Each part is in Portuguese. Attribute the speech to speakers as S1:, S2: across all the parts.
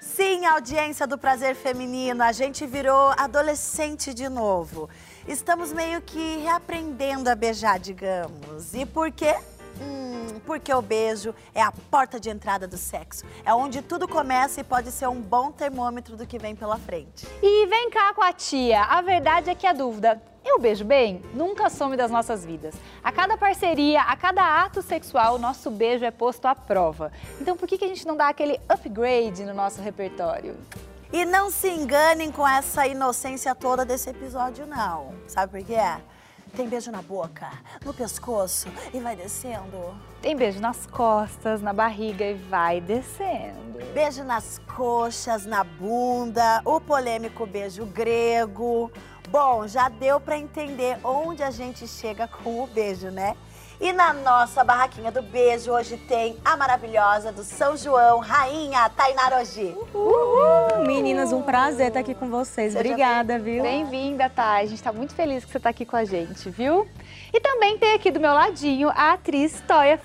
S1: Sim, audiência do Prazer Feminino, a gente virou adolescente de novo. Estamos meio que reaprendendo a beijar, digamos. E por quê? Hum, porque o beijo é a porta de entrada do sexo. É onde tudo começa e pode ser um bom termômetro do que vem pela frente.
S2: E vem cá com a tia, a verdade é que a dúvida. Eu beijo bem? Nunca some das nossas vidas. A cada parceria, a cada ato sexual, nosso beijo é posto à prova. Então por que, que a gente não dá aquele upgrade no nosso repertório?
S1: E não se enganem com essa inocência toda desse episódio, não. Sabe por quê? Tem beijo na boca, no pescoço e vai descendo.
S2: Tem beijo nas costas, na barriga e vai descendo.
S1: Beijo nas coxas, na bunda, o polêmico beijo grego. Bom, já deu para entender onde a gente chega com o beijo, né? E na nossa barraquinha do beijo hoje tem a maravilhosa do São João, rainha Tainaroji.
S3: Uhul! Meninas, um prazer estar aqui com vocês.
S1: Seja
S3: Obrigada, viu?
S2: Bem-vinda, tá? A gente tá muito feliz que você tá aqui com a gente, viu? E também tem aqui do meu ladinho a atriz Toya
S4: Obrigada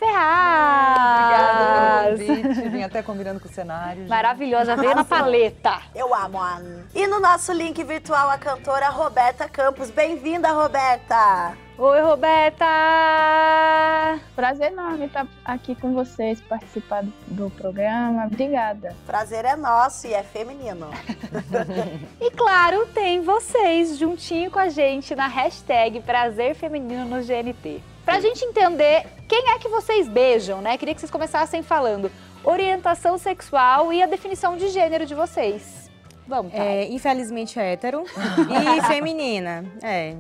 S2: Ferraz.
S4: pelo convite. Vim até combinando com o cenário. gente.
S2: Maravilhosa, veio na paleta.
S1: Eu amo a Anne. E no nosso link virtual a cantora Roberta Campos. Bem-vinda, Roberta!
S2: Oi, Roberta!
S5: Prazer enorme estar aqui com vocês, participar do- do programa. Obrigada.
S1: Prazer é nosso e é feminino.
S2: E claro, tem vocês juntinho com a gente na hashtag Prazer Feminino no GNT. Pra gente entender quem é que vocês beijam, né? Queria que vocês começassem falando orientação sexual e a definição de gênero de vocês. Vamos, tá?
S3: É, infelizmente hétero e feminina. É.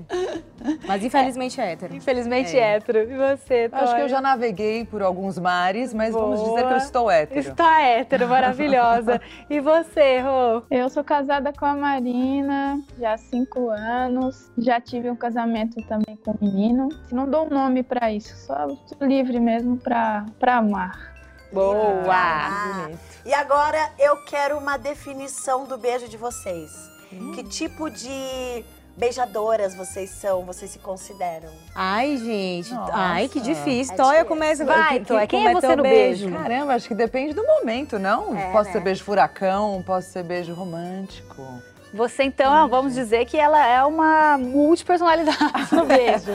S3: Mas infelizmente hétero.
S2: Infelizmente
S3: É.
S2: hétero. E você,
S4: Acho que
S2: Toy?
S4: eu já naveguei por alguns mares, mas vamos dizer que
S2: Boa.
S4: eu estou hétero.
S2: Está hétero, maravilhosa. E você, Rô?
S5: Eu sou casada com a Marina já há cinco anos. Já tive um casamento também com um menino. Não dou um nome pra isso, só sou livre mesmo pra, pra amar.
S2: Boa!
S1: Ah, e agora eu quero uma definição do beijo de vocês.
S2: Hum.
S1: Que tipo de beijadoras vocês são, vocês se consideram?
S3: Ai, gente.
S4: Nossa.
S3: Ai, que difícil.
S1: É
S3: Toya
S1: difícil.
S3: começa.
S2: Vai,
S3: que-
S2: Toya,
S3: que-
S2: quem
S3: como
S2: é
S3: teu
S2: você no beijo?
S4: Caramba, acho que depende do momento, não?
S1: É,
S4: posso
S1: né?
S4: ser beijo furacão, posso ser beijo romântico.
S2: Você, então, vamos dizer que ela é uma multipersonalidade no beijo.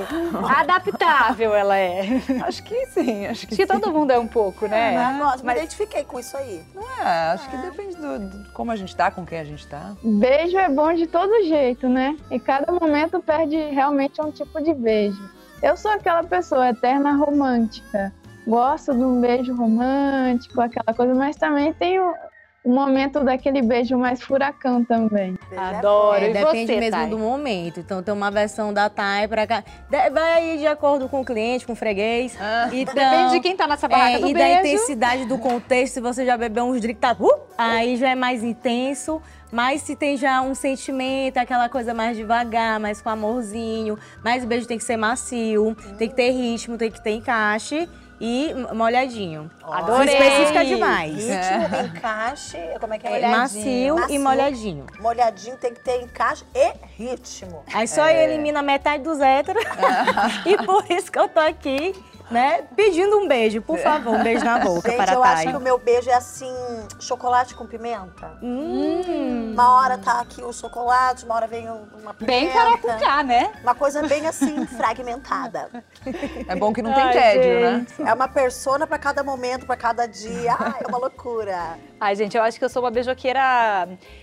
S2: Adaptável ela é.
S4: Acho que sim, acho que
S2: Acho que
S4: sim.
S2: todo mundo é um pouco, né?
S1: Ah, Nossa,
S2: mas-
S1: me identifiquei com isso aí.
S4: É, acho que depende do, do- como a gente tá, com quem a gente tá.
S5: Beijo é bom de todo jeito, né? E cada momento perde realmente um tipo de beijo. Eu sou aquela pessoa eterna romântica. Gosto de um beijo romântico, aquela coisa, mas também tem o, o momento daquele beijo mais furacão também.
S1: Beijo é
S2: Adoro.
S3: É,
S2: e
S3: depende
S2: você,
S3: mesmo
S2: Thay?
S3: do momento. Então tem uma versão da Thay pra cá. De- Vai aí de acordo com o cliente, com o freguês. Então,
S2: Depende de quem tá nessa barraca
S3: é,
S2: do
S3: e da
S2: beijo.
S3: intensidade do contexto, se você já bebeu uns drinks, tá, uh, aí já é mais intenso. Mas se tem já um sentimento, aquela coisa mais devagar, mais com amorzinho. Mas o beijo tem que ser macio, tem que ter ritmo, tem que ter encaixe e molhadinho.
S1: bom.
S2: Adorei.
S3: Específica demais.
S4: É,
S1: Ritmo, encaixe, como é que é?
S3: Macio, e
S1: Macio.
S3: molhadinho.
S1: Molhadinho tem que ter encaixe e ritmo.
S3: Aí só eu elimino a metade dos héteros. e por isso que eu tô aqui, né, pedindo um beijo, por favor, um beijo na boca
S1: Gente,
S3: para
S1: eu
S3: a
S1: acho
S3: Thay.
S1: que o meu beijo é assim, chocolate com pimenta.
S3: Hum.
S1: Uma hora tá aqui o chocolate, uma hora vem um, uma pimenta.
S2: Bem Carol com K, né?
S1: Uma coisa bem assim, fragmentada.
S4: É bom que não tem
S2: Ai,
S4: tédio, né?
S1: É uma persona pra cada momento, pra cada dia. Ai, é uma loucura.
S2: Ai, gente, eu acho que eu sou uma beijoqueira.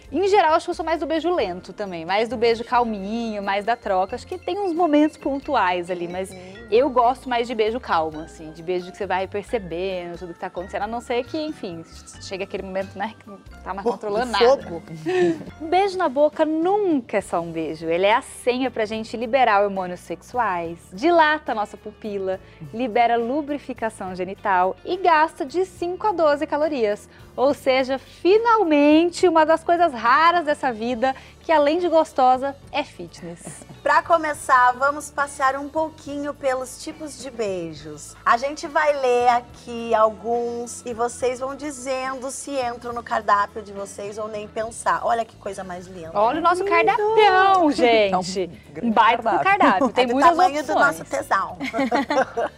S2: Em geral, acho que eu sou mais do beijo lento também, mais do beijo calminho, mais da troca. Acho que tem uns momentos pontuais ali, mas Eu gosto mais de beijo calmo, assim, de beijo que você vai percebendo tudo que tá acontecendo, a não ser que, enfim, chega aquele momento, né, que não tá mais controlando nada.
S1: Fogo.
S2: Um beijo na boca nunca é só um beijo. Ele é a senha pra gente liberar hormônios sexuais, dilata a nossa pupila, libera lubrificação genital e gasta de 5 a 12 calorias. Ou seja, finalmente uma das coisas raras dessa vida que além de gostosa é fitness.
S1: Pra começar, vamos passear um pouquinho pelos tipos de beijos. A gente vai ler aqui alguns e vocês vão dizendo se entram no cardápio de vocês ou nem pensar. Olha que coisa mais linda.
S2: Olha o nosso cardápio,
S4: Então,
S2: gente. Um baita do cardápio. Tem
S1: é do
S2: muitas
S1: tamanho do
S2: opções.
S1: nosso tesão.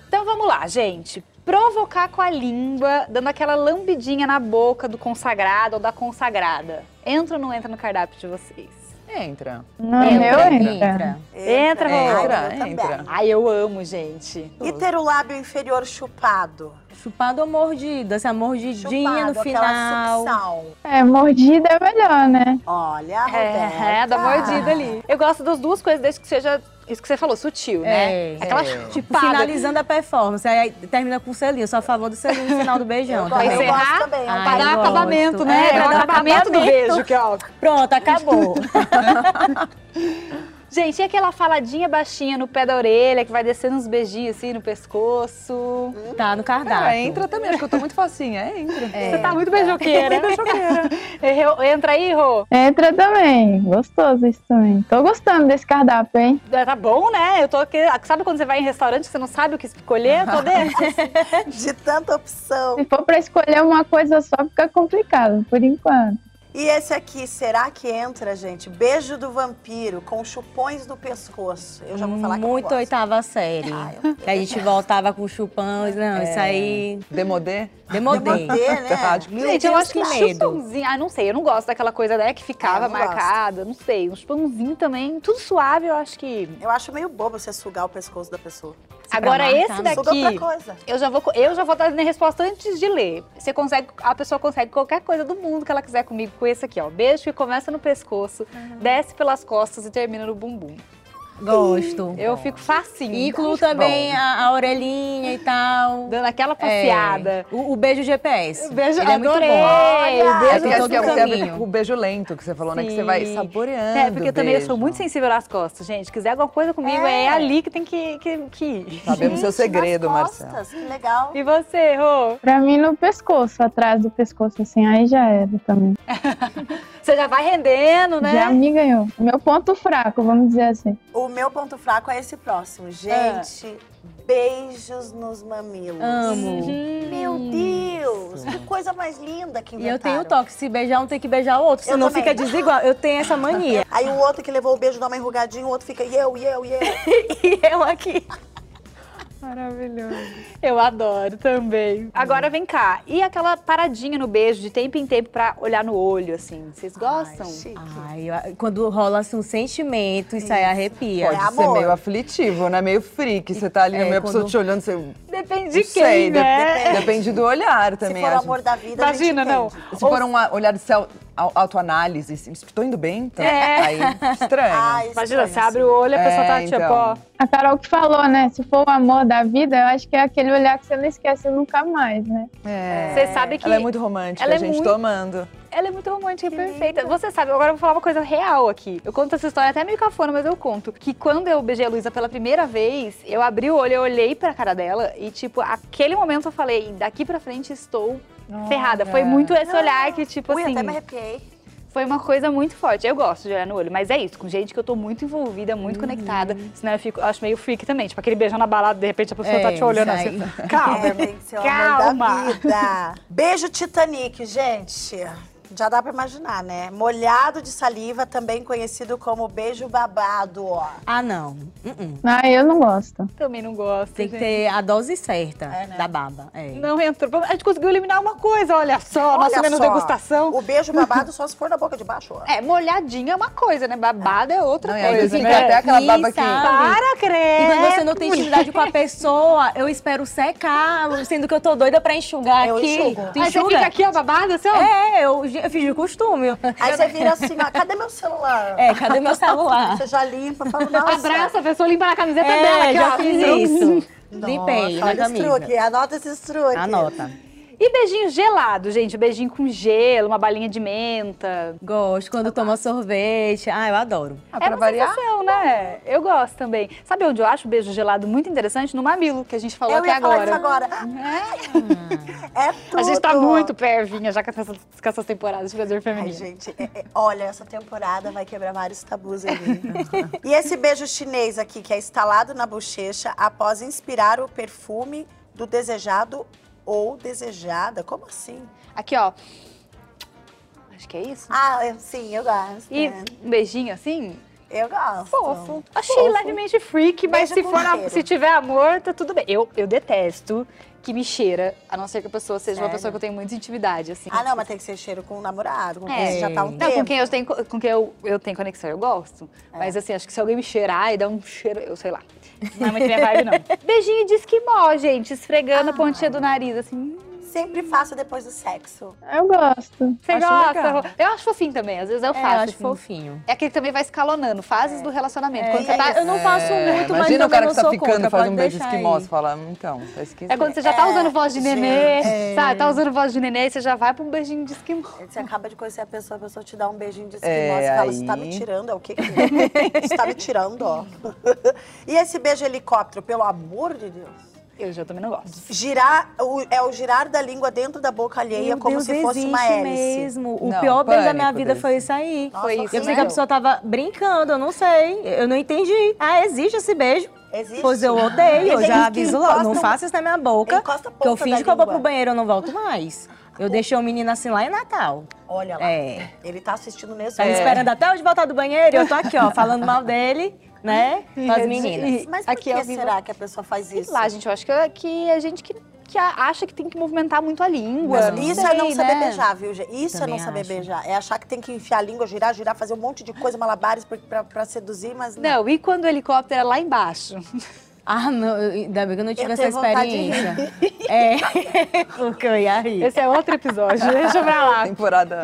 S2: Então vamos lá, gente. Provocar com a língua, dando aquela lambidinha na boca do consagrado ou da consagrada. Entra ou não entra no cardápio de vocês?
S4: Entra.
S5: Não, meu entra.
S3: É,
S2: Entra,
S3: entra.
S2: Rô.
S4: É, Entra,
S1: eu também.
S4: entra.
S2: Ai, eu amo, gente.
S1: E ter o lábio inferior chupado.
S3: Chupado ou mordida? Essa mordidinha
S1: Chupado,
S3: no
S1: aquela
S3: final.
S1: sucção.
S5: É, mordida é melhor, né?
S1: Olha, Roberta.
S2: É, é, da mordida ali. Eu gosto das duas coisas, desde que seja isso que você falou, sutil, né?
S3: É,
S2: Aquela
S4: é.
S2: chupada.
S3: Finalizando a performance. Aí termina com o selinho. Eu sou a favor do selinho no final do beijão.
S1: Eu
S3: tá
S1: gosto,
S3: bem?
S1: eu
S2: Encerrar?
S1: gosto também. é um eu
S3: Ai,
S2: Pra
S1: gosto.
S2: dar
S3: gosto.
S2: acabamento, né?
S3: É,
S2: pra dar acabamento do beijo, que é ó.
S3: Pronto, acabou.
S2: Gente, e aquela faladinha baixinha no pé da orelha, que vai descendo uns beijinhos assim no pescoço.
S3: tá no cardápio.
S4: Cara, Ah, entra também, acho que eu tô muito facinha. É, entra.
S3: É.
S2: Você tá muito beijoqueira. Errou- Entra aí, Rô.
S5: Entra também. Gostoso isso também. Tô gostando desse cardápio, hein?
S2: Tá bom, né? Eu tô aqui. Sabe quando você vai em restaurante que você não sabe o que escolher? Eu Tô desses.
S1: De tanta opção.
S5: Se for pra escolher uma coisa só, fica complicado, por enquanto.
S1: E esse aqui, será que entra, gente? Beijo do vampiro com chupões no pescoço. Eu já vou falar que eu
S3: Muito
S1: gosto.
S3: oitava série.
S1: Ah, eu-
S3: Que a gente voltava com chupão. Não,
S1: É.
S3: isso aí.
S4: Demodê?
S3: Demodei.
S1: Poder, né?
S4: Tá, de-
S2: Gente, eu acho que
S3: Deus, que medo.
S2: chupãozinho. Ah, não sei, eu não gosto daquela coisa, né, que ficava
S1: É, eu não
S2: marcada. Não sei. Um chupãozinho também. Tudo suave, eu acho que.
S1: Eu acho meio bobo você sugar o pescoço da pessoa.
S3: pra
S2: Agora,
S3: marcar,
S2: esse
S3: não.
S1: Suga outra
S2: daqui.
S1: coisa.
S2: Eu já, vou, co- eu já vou dar a minha resposta antes de ler. Você consegue, a pessoa consegue qualquer coisa do mundo que ela quiser comigo com esse aqui, ó. Beijo que começa no pescoço, desce pelas costas e termina no bumbum.
S3: Gosto.
S2: Eu fico facinho.
S3: E Incluo
S2: Acho bom.
S3: também a, a orelhinha e tal.
S2: Dando aquela passeada.
S3: É. O, o beijo GPS.
S2: Beijo,
S3: Ele é muito
S2: adorei. o
S3: bom.
S2: beijo
S4: É que
S3: Todo
S4: acho que é o que tem a ver
S3: caminho.
S4: com o beijo lento que você falou, né? Que você vai
S2: Sim.
S4: saboreando.
S2: É, porque
S4: o
S2: eu também eu
S4: beijo.
S2: sou muito sensível às costas, gente. Quiser alguma coisa comigo, é, ali que tem que, que, que ir.
S4: Sabemos
S1: Gente,
S4: seu
S1: nas
S4: segredo,
S1: costas,
S4: Marcelo.
S1: Que legal.
S2: E você, Rô?
S5: Pra mim, no pescoço, atrás do pescoço, assim, aí já era também.
S2: Você já vai rendendo, né?
S5: Já me ganhou. Meu ponto fraco, vamos dizer assim.
S1: O meu ponto fraco é esse
S3: Ah.
S1: próximo. Gente, beijos nos mamilos.
S3: Amo.
S2: Uhum.
S1: Meu Deus, que coisa mais linda que
S3: E eu
S1: inventaram.
S3: tenho o toque. Se beijar um, tem que beijar o outro.
S1: Eu
S3: Senão
S1: também.
S3: fica desigual. Eu tenho essa mania.
S1: Aí o outro que levou o beijo dá uma enrugadinha, o outro fica e eu, e eu, e eu.
S2: E eu aqui.
S5: Maravilhoso.
S2: Eu adoro também. Agora vem cá. E aquela paradinha no beijo de tempo em tempo pra olhar no olho, assim? Vocês gostam?
S1: Ai, chique.
S3: Ai, eu- quando rola assim, um sentimento, isso aí arrepia.
S4: Pode
S1: É
S4: ser
S1: amor.
S4: meio aflitivo, né? Meio freak. Você tá ali
S3: É,
S4: na minha
S3: quando-
S4: pessoa te olhando, você.
S2: Depende
S4: não
S2: de quem,
S4: sei, de-
S2: né?
S4: depende. do olhar
S1: Se
S4: também.
S1: for o
S4: acho.
S1: amor da vida,
S2: Imagina,
S1: a gente
S2: não.
S1: entende.
S4: Se for um a- olhar de cel- au- autoanálise, assim, tô indo bem, então.
S2: É.
S4: Aí, estranho.
S1: Ah,
S2: Imagina,
S1: estranho,
S2: você abre o olho e a pessoa tá
S4: É,
S2: tipo,
S4: então.
S2: ó.
S5: A Carol que falou, né? Se for o amor da vida, eu acho que é aquele olhar que você não esquece nunca mais, né?
S4: É.
S2: Você sabe que
S4: Ela é muito romântica,
S2: Ela é
S4: gente.
S2: muito-
S4: Tô amando.
S2: Ela é muito romântica e perfeita. Você sabe, agora eu vou falar uma coisa real aqui. Eu conto essa história até meio cafona, mas eu conto. Que quando eu beijei a Luísa pela primeira vez, eu abri o olho, eu olhei pra cara dela e, tipo, aquele momento eu falei, daqui pra frente estou ferrada. Foi muito esse olhar que, tipo,
S1: Ui,
S2: assim.
S1: até me arrepiei.
S2: Foi uma coisa muito forte. Eu gosto de olhar no olho, mas é isso, com gente que eu tô muito envolvida, muito conectada. Senão eu fico, eu acho meio freak também. Tipo, aquele beijão na balada, de repente a pessoa
S3: É,
S2: tá te olhando
S3: isso
S2: assim. Calma.
S1: É, tem que ser o amor da
S2: Calma.
S1: vida. Beijo Titanic, gente. Já dá pra imaginar, né? Molhado de saliva, também conhecido como beijo babado, ó.
S3: Ah, não. Uh-uh.
S5: Ah, eu não gosto.
S2: Também não gosto.
S3: Tem que
S2: gente.
S3: ter a dose certa
S1: É, né?
S3: da baba. É.
S2: Não entrou. A gente conseguiu eliminar uma coisa, olha só, nosso
S1: Olha
S2: menos
S1: só,
S2: degustação.
S1: O beijo babado só se for na boca de baixo, ó.
S2: É, molhadinha é uma coisa, né? Babada é outra
S4: Não, e às
S2: coisa.
S4: vezes
S2: né?
S4: fica até aquela
S3: Ih,
S4: baba que.
S3: sabe?
S2: Para, credo!
S3: E
S1: é,
S3: quando você não tem intimidade com a pessoa, eu espero secar, sendo que eu tô doida pra enxugar
S1: Eu
S3: aqui.
S1: enxugo. Ah,
S3: Tu
S2: Aí você
S3: enxuga?
S1: então?
S2: fica aqui, ó, babada, assim, ó.
S3: É, eu, fingi, eu fingi costume.
S2: é
S1: Aí você vira assim, ó, cadê meu celular?
S3: É, cadê meu celular?
S1: Você tá já limpa, fala, nossa.
S2: Abraça a pessoa, limpa na camiseta dela.
S3: É,
S2: aqui,
S3: já
S2: ó. assim,
S3: fiz isso. Limpei
S1: Nossa,
S3: na
S2: né,
S1: olha esse
S3: camisa.
S1: truque, anota esses truques.
S3: Anota.
S2: E beijinho gelado, gente. Beijinho com gelo, uma balinha de menta.
S3: Gosto quando toma sorvete. Ah, eu adoro.
S4: Ah,
S2: É
S4: pra
S2: uma
S4: variar,
S2: sensação, né? Eu gosto também. Sabe onde eu acho o beijo gelado muito interessante? No mamilo, que a gente falou
S1: Eu
S2: até
S1: ia falar
S2: agora.
S1: isso agora. É tudo.
S2: A gente tá muito pervinha já com essas, com essas temporadas de prazer
S1: Ai,
S2: feminino.
S1: gente, é- é- olha, essa temporada vai quebrar vários tabus ali. e esse beijo chinês aqui, que é instalado na bochecha após inspirar o perfume do desejado ou desejada. Como assim?
S2: Aqui, ó. Acho que é isso.
S1: Ah, eu- sim, eu gosto.
S2: E
S1: né?
S2: um beijinho assim,
S1: Eu gosto.
S2: fofo. Achei levemente freak, mas
S1: Beijo
S2: se,
S1: com
S2: for na-
S1: cheiro.
S2: se tiver amor, tá tudo bem. Eu, eu detesto que me cheira, a não ser que a pessoa seja uma
S3: Sério?
S2: pessoa que eu tenho muita intimidade, assim.
S1: Ah, não, mas tem que ser cheiro com o namorado, com quem
S2: É.
S1: você já tá há um
S2: Não,
S1: tempo.
S2: com quem eu tenho, com quem eu, eu tenho conexão, eu gosto. Mas assim, acho que se alguém me cheirar e dar um cheiro, eu sei lá. Não é muito minha vibe, não. Beijinho de esquimó, gente, esfregando a pontinha do nariz, assim.
S1: Sempre faço depois do sexo.
S5: Eu gosto.
S2: Você
S4: Acho
S2: gosta?
S4: legal.
S2: Eu acho fofinho também, às vezes eu
S3: É,
S2: faço.
S3: eu acho É,
S2: assim.
S3: fofinho.
S2: É aquele que também vai escalonando, fases do relacionamento.
S1: É,
S2: Quando você tá-
S3: Eu não faço muito, mas
S4: Imagina o
S3: também
S4: cara
S3: não
S4: que tá
S3: sou
S4: ficando,
S3: contra,
S4: faz
S3: pode
S4: um beijo
S3: deixar aí.
S4: esquimoso e fala, "Hum, então, tá esquisito.
S2: É quando você já tá
S1: É,
S2: usando voz de
S1: gente.
S2: nenê, sabe? Tá usando voz de nenê, você já vai pra um beijinho de esquimó.
S1: Você acaba de conhecer a pessoa, a pessoa te dá um beijinho de esquimó.
S4: É,
S1: você fala,
S4: aí-
S1: você tá me tirando, é o quê? que é?" Você tá me tirando, ó. e esse beijo helicóptero, pelo amor de Deus.
S2: Eu já também não gosto.
S1: Girar, o- é o girar da língua dentro da boca alheia,
S3: Meu
S1: é como
S3: Deus,
S1: se fosse
S3: existe
S1: uma hélice.
S3: mesmo. O
S4: Não,
S3: pior beijo da minha
S4: pânico
S3: vida
S4: desse.
S3: foi isso aí.
S1: Nossa,
S2: Foi isso,
S3: Eu
S1: horrível.
S3: pensei que a pessoa tava brincando, eu não sei. Eu não entendi. Ah, existe esse beijo.
S1: Existe.
S3: Pois eu odeio,
S1: Tem
S3: eu
S1: gente
S3: já
S1: que
S3: aviso logo. Não
S1: encosta- um
S3: faça isso na minha boca.
S1: encosta a
S3: Que eu
S1: ponta da
S3: finjo que eu vou
S1: língua.
S3: pro banheiro, eu não volto mais. Eu deixei o menino assim lá em Natal.
S1: Olha lá,
S3: É.
S1: ele tá assistindo nesse
S3: Tá
S4: É.
S3: me
S1: momento.
S3: esperando até eu de voltar do banheiro e eu tô aqui, ó, falando mal dele, né? Com as
S2: Entendi.
S3: meninas.
S1: Mas por
S2: Aqui é
S1: que
S2: ao vivo.
S1: será que a pessoa faz
S2: Sei
S1: isso?
S2: lá, gente, eu acho que, é, que a gente que, que a- acha que tem que movimentar muito a língua.
S1: Mas isso é não
S2: sei,
S1: saber
S2: né?
S1: beijar, viu, gente? Isso é
S3: Também
S1: não saber
S3: acho.
S1: beijar. É achar que tem que enfiar a língua, girar, girar, fazer um monte de coisa, malabares pra, pra- pra seduzir, mas não.
S2: Não, e quando o helicóptero é lá embaixo?
S3: Ah, não, eu- ainda bem que eu não tive
S1: Eu
S3: essa
S1: tenho vontade de rir.
S3: experiência. É, porque eu ia rir.
S2: Esse é outro episódio, deixa pra lá.
S4: Temporada.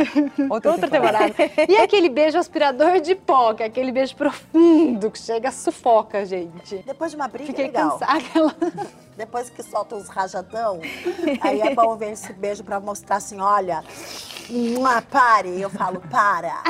S4: Outra,
S2: Outra
S4: temporada.
S2: temporada. E aquele beijo aspirador de pó, que é aquele beijo profundo que chega sufoca, gente.
S1: Depois de uma briga, é
S2: Fiquei
S1: legal.
S2: cansada. Aquela...
S1: Depois que solta uns rajadão, aí é bom ver esse beijo pra mostrar assim, olha, "Mua, pare. Eu falo, para.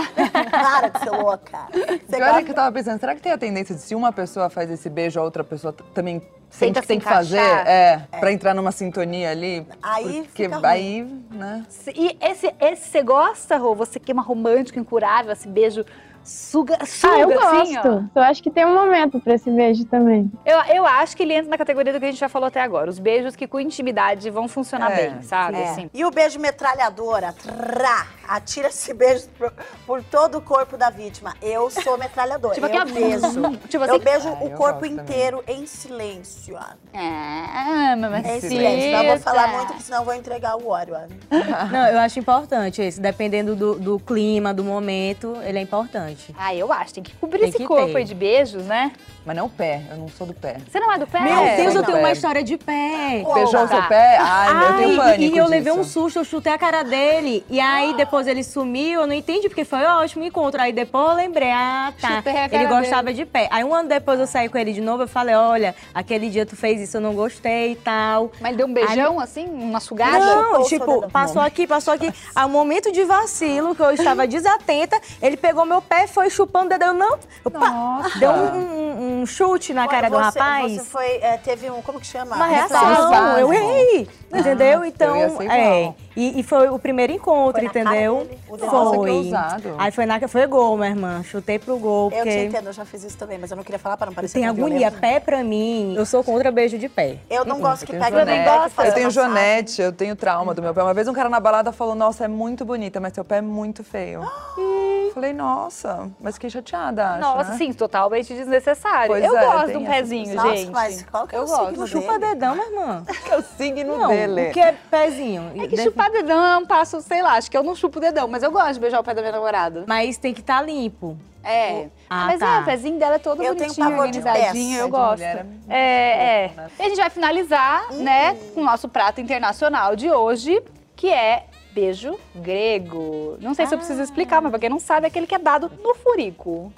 S1: Para de ser louca. Você
S4: Agora
S1: gosta
S4: é que eu tava pensando, será que tem a tendência de se uma pessoa faz esse beijo, a outra pessoa t- também
S2: Tenta
S4: sente que
S2: se
S4: tem que fazer?
S2: encaixar.
S4: É, pra entrar numa sintonia ali.
S1: Aí
S4: Porque
S1: fica ruim.
S4: aí, né?
S2: E esse, esse você gosta, Rô? Você queima romântico, incurável, esse beijo suga, suga
S5: ah, eu
S2: assim, ó.
S5: gosto. Eu acho que tem um momento pra esse beijo também.
S2: Eu, eu acho que ele entra na categoria do que a gente já falou até agora. Os beijos que com intimidade vão funcionar
S4: É,
S2: bem, sabe?
S1: É.
S2: Assim.
S1: E o beijo metralhadora, trá, atira esse beijo pro- por todo o corpo da vítima. Eu sou metralhadora,
S2: Tipo
S1: eu
S2: aquela-
S1: beijo.
S2: Tipo
S1: Eu
S2: assim.
S1: beijo
S4: Ah,
S1: o
S4: eu
S1: corpo
S4: gosto também.
S1: inteiro em silêncio.
S2: Ah, mamacita.
S1: Em silêncio. Não vou falar muito, porque senão eu vou entregar o óleo.
S3: Não, eu acho importante esse. Dependendo do, do clima, do momento, ele é importante.
S2: Ah, eu acho. Tem que cobrir
S3: Tem
S2: esse
S3: que
S2: corpo
S3: ter.
S2: aí de beijos, né?
S4: Mas não o pé, eu não sou do pé.
S2: Você não é do pé?
S3: Meu
S4: É,
S3: Deus, eu
S4: não.
S3: tenho
S4: É.
S3: uma história de pé.
S1: Pô,
S4: Beijou
S2: tá.
S4: o seu pé? Ai, eu
S3: Ai,
S4: tenho pânico
S3: e eu levei
S4: disso.
S3: um susto, eu chutei a cara dele. E aí depois ele sumiu, eu não entendi, porque foi um ótimo encontro. Aí depois eu lembrei, ah, tá.
S2: Chutei a
S3: Ele
S2: cara
S3: gostava de pé. Aí um ano depois eu saí com ele de novo, eu falei, olha, aquele dia tu fez isso, eu não gostei e tal.
S2: Mas ele deu um beijão, assim, uma sugada?
S3: Não,
S1: Chupou o
S3: tipo,
S1: soldado.
S3: passou aqui, passou aqui. Ao momento de vacilo, que eu estava desatenta, ele pegou meu pé e foi chupando o dedão. Não, eu pá,
S4: Nossa.
S3: deu um, um- um chute na cara do
S1: Olha, você-
S3: rapaz.
S1: Você foi, é, teve um, como que chama?
S3: Uma
S4: reflexo.
S3: reação,
S4: Reflexo.
S3: eu errei, entendeu? Então,
S4: ia ser igual.
S3: é. E, e foi o primeiro encontro,
S1: Foi na cara
S3: entendeu?
S1: dele? é
S3: Foi.
S4: Nossa, que ousado.
S3: Aí foi na foi gol, minha irmã. Chutei pro gol,
S1: Eu te
S3: porque
S1: entendo, eu já fiz isso também, mas eu não queria falar pra não parecer
S3: tem
S1: tão
S3: agonia.
S1: violenta.
S3: Pé pra mim, eu sou contra beijo de pé.
S1: Eu não gosto que
S4: tenho
S1: pegue um
S4: Jonete.
S1: no pé, que faz
S4: um Eu tenho
S1: amassado.
S4: Jonete, eu tenho trauma do meu pé. Uma vez um cara na balada falou: Nossa, é muito bonita, mas seu pé é muito feio. Falei, nossa, mas fiquei chateada, acho.
S2: Nossa,
S4: né?
S2: sim, totalmente desnecessário.
S4: Pois
S2: eu
S4: é,
S2: gosto de
S4: tem
S2: um
S4: essa
S2: pezinho,
S1: Nossa,
S2: gente.
S1: mas qual que é
S2: eu
S1: o signo
S2: gosto.
S1: dele?
S3: Chupa dedão, minha irmã.
S4: Que é o signo
S3: Não,
S4: dele.
S3: o que é pezinho?
S2: É que chupar dedão é um passo, sei lá, acho que eu não chupo o dedão, mas eu gosto de beijar o pé da minha namorada.
S3: Mas tem que estar limpo.
S2: É.
S3: Ah,
S2: mas é,
S3: tá.
S2: o pezinho dela é todo
S1: Eu tenho
S2: bonitinho,
S1: pavor de
S2: organizadinho,
S1: peça.
S2: eu
S4: De
S2: gosto.
S4: mulher
S2: É, é.
S4: fofo, né?
S2: E a gente vai finalizar, né, com o nosso prato internacional de hoje, que é beijo grego. Não sei se eu preciso explicar, mas pra quem não sabe, é aquele que é dado no furico.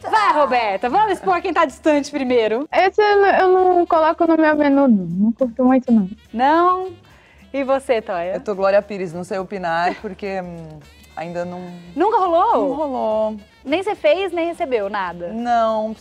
S2: Vai, Roberta, vamos expor quem tá distante primeiro.
S5: Esse eu não- eu não coloco no meu menu, não. Não curto muito, não.
S2: Não? E você, Toya?
S4: Eu tô Glória Pires, não sei opinar, porque hum, ainda não,
S2: Nunca
S4: não
S2: rolou?
S4: rolou.
S2: Nem você fez, nem recebeu nada.
S4: Não, não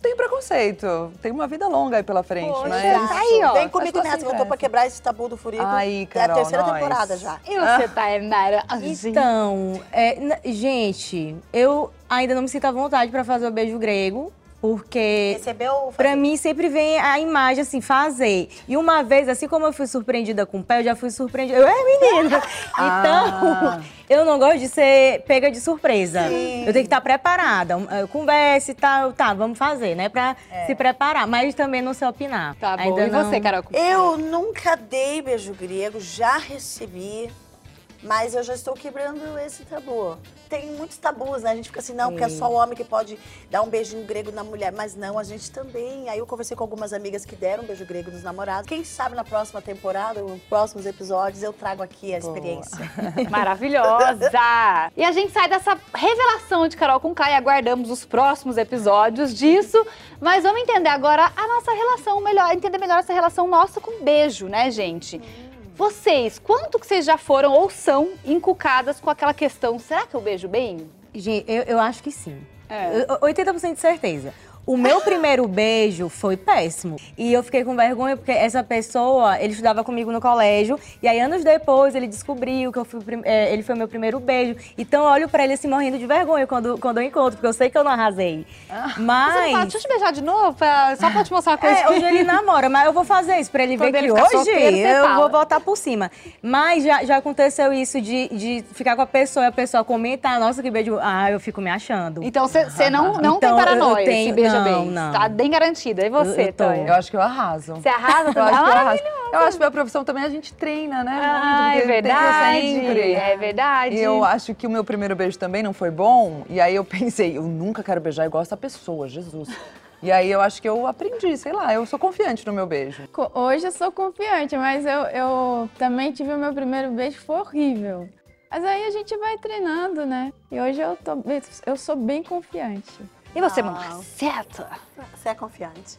S4: tem preconceito. Tem uma vida longa aí pela frente,
S2: Poxa,
S4: mas. assim,
S2: tá aí, ó.
S1: Vem
S4: As
S1: comigo
S4: coisas
S1: nessa, que eu tô
S4: acontecem.
S1: pra quebrar esse tabu do furico.
S4: Aí,
S1: é a
S4: Carol,
S1: terceira
S4: nós.
S1: temporada já.
S2: E você, Tainara?
S3: Então, é, n- gente, eu ainda não me sinto à vontade pra fazer o beijo grego, porque
S1: Recebeu o
S3: Pra mim sempre vem a imagem assim, fazer. E uma vez, assim como eu fui surpreendida com o pé, eu já fui surpreendida. Eu é menina!
S4: Ah.
S3: Então, eu não gosto de ser pega de surpresa. Eu tenho que estar preparada. Um, Eu converso e tal, tá, vamos fazer, né? Pra se preparar. Mas também não sei opinar.
S2: É. Tá bom.
S3: Ainda
S2: e
S3: não...
S2: você, Carol?
S1: Eu nunca dei beijo grego, já recebi, mas eu já estou quebrando esse tabu. Tem muitos tabus, né? A gente fica assim, não, porque é só o homem que pode dar um beijinho grego na mulher. Mas não, a gente também. Aí eu conversei com algumas amigas que deram beijo grego nos namorados. Quem sabe na próxima temporada, nos próximos episódios, eu trago aqui a experiência.
S2: Maravilhosa! E a gente sai dessa revelação de Carol com Kai e aguardamos os próximos episódios disso. Mas vamos entender agora a nossa relação melhor, entender melhor essa relação nossa com beijo, né, gente? Vocês, quanto que vocês já foram ou são encucadas com aquela questão, será que eu beijo bem?
S3: Gente, eu, eu acho que sim.
S2: É.
S3: Eu- 80% de certeza. O meu primeiro beijo foi péssimo. E eu fiquei com vergonha porque essa pessoa, ele estudava comigo no colégio. E aí, anos depois, ele descobriu que eu fui, o prim- eh, ele foi o meu primeiro beijo. Então, eu olho pra ele assim, morrendo de vergonha quando, quando eu encontro, porque eu sei que eu não arrasei.
S2: Ah, Você não fala,
S3: Mas.
S2: deixa eu te beijar de novo, pra- só pra te mostrar uma coisa.
S3: É,
S2: que-"
S3: hoje ele namora, mas eu vou fazer isso pra ele
S2: Quando
S3: ver
S2: ele
S3: que
S2: ficar
S3: hoje
S2: solteiro, você
S3: eu
S2: fala.
S3: vou voltar por cima. Mas já, já aconteceu isso de, de ficar com a pessoa e a pessoa comentar, nossa, que beijo. Ah, eu fico me achando.
S2: Então você não, não
S3: Então, eu-
S2: tem
S3: eu
S2: paranoia, eu
S3: tenho-
S2: beija
S3: não,
S2: bem.
S3: não.
S2: Tá bem garantida. E você,
S3: Eu- eu tô.
S2: Tonha?
S4: Eu acho que eu arraso.
S2: Você arrasa?
S4: Eu acho que eu
S2: Ah,
S4: arraso. Eu acho que minha profissão também a gente treina, né?
S2: Ah,
S4: Muito,
S2: é
S4: porque tem
S2: verdade.
S4: que sempre.
S2: É verdade.
S4: E eu acho que o meu primeiro beijo também não foi bom. E aí eu pensei, eu nunca quero beijar igual essa pessoa, Jesus. E aí eu acho que eu aprendi, sei lá, eu sou confiante no meu beijo.
S5: Co- Hoje eu sou confiante, mas eu, eu também tive o meu primeiro beijo, foi horrível. Mas aí a gente vai treinando, né? E hoje eu, tô, bem- eu sou bem confiante.
S2: E você,
S1: Não.
S2: Marceta?
S1: Você é confiante?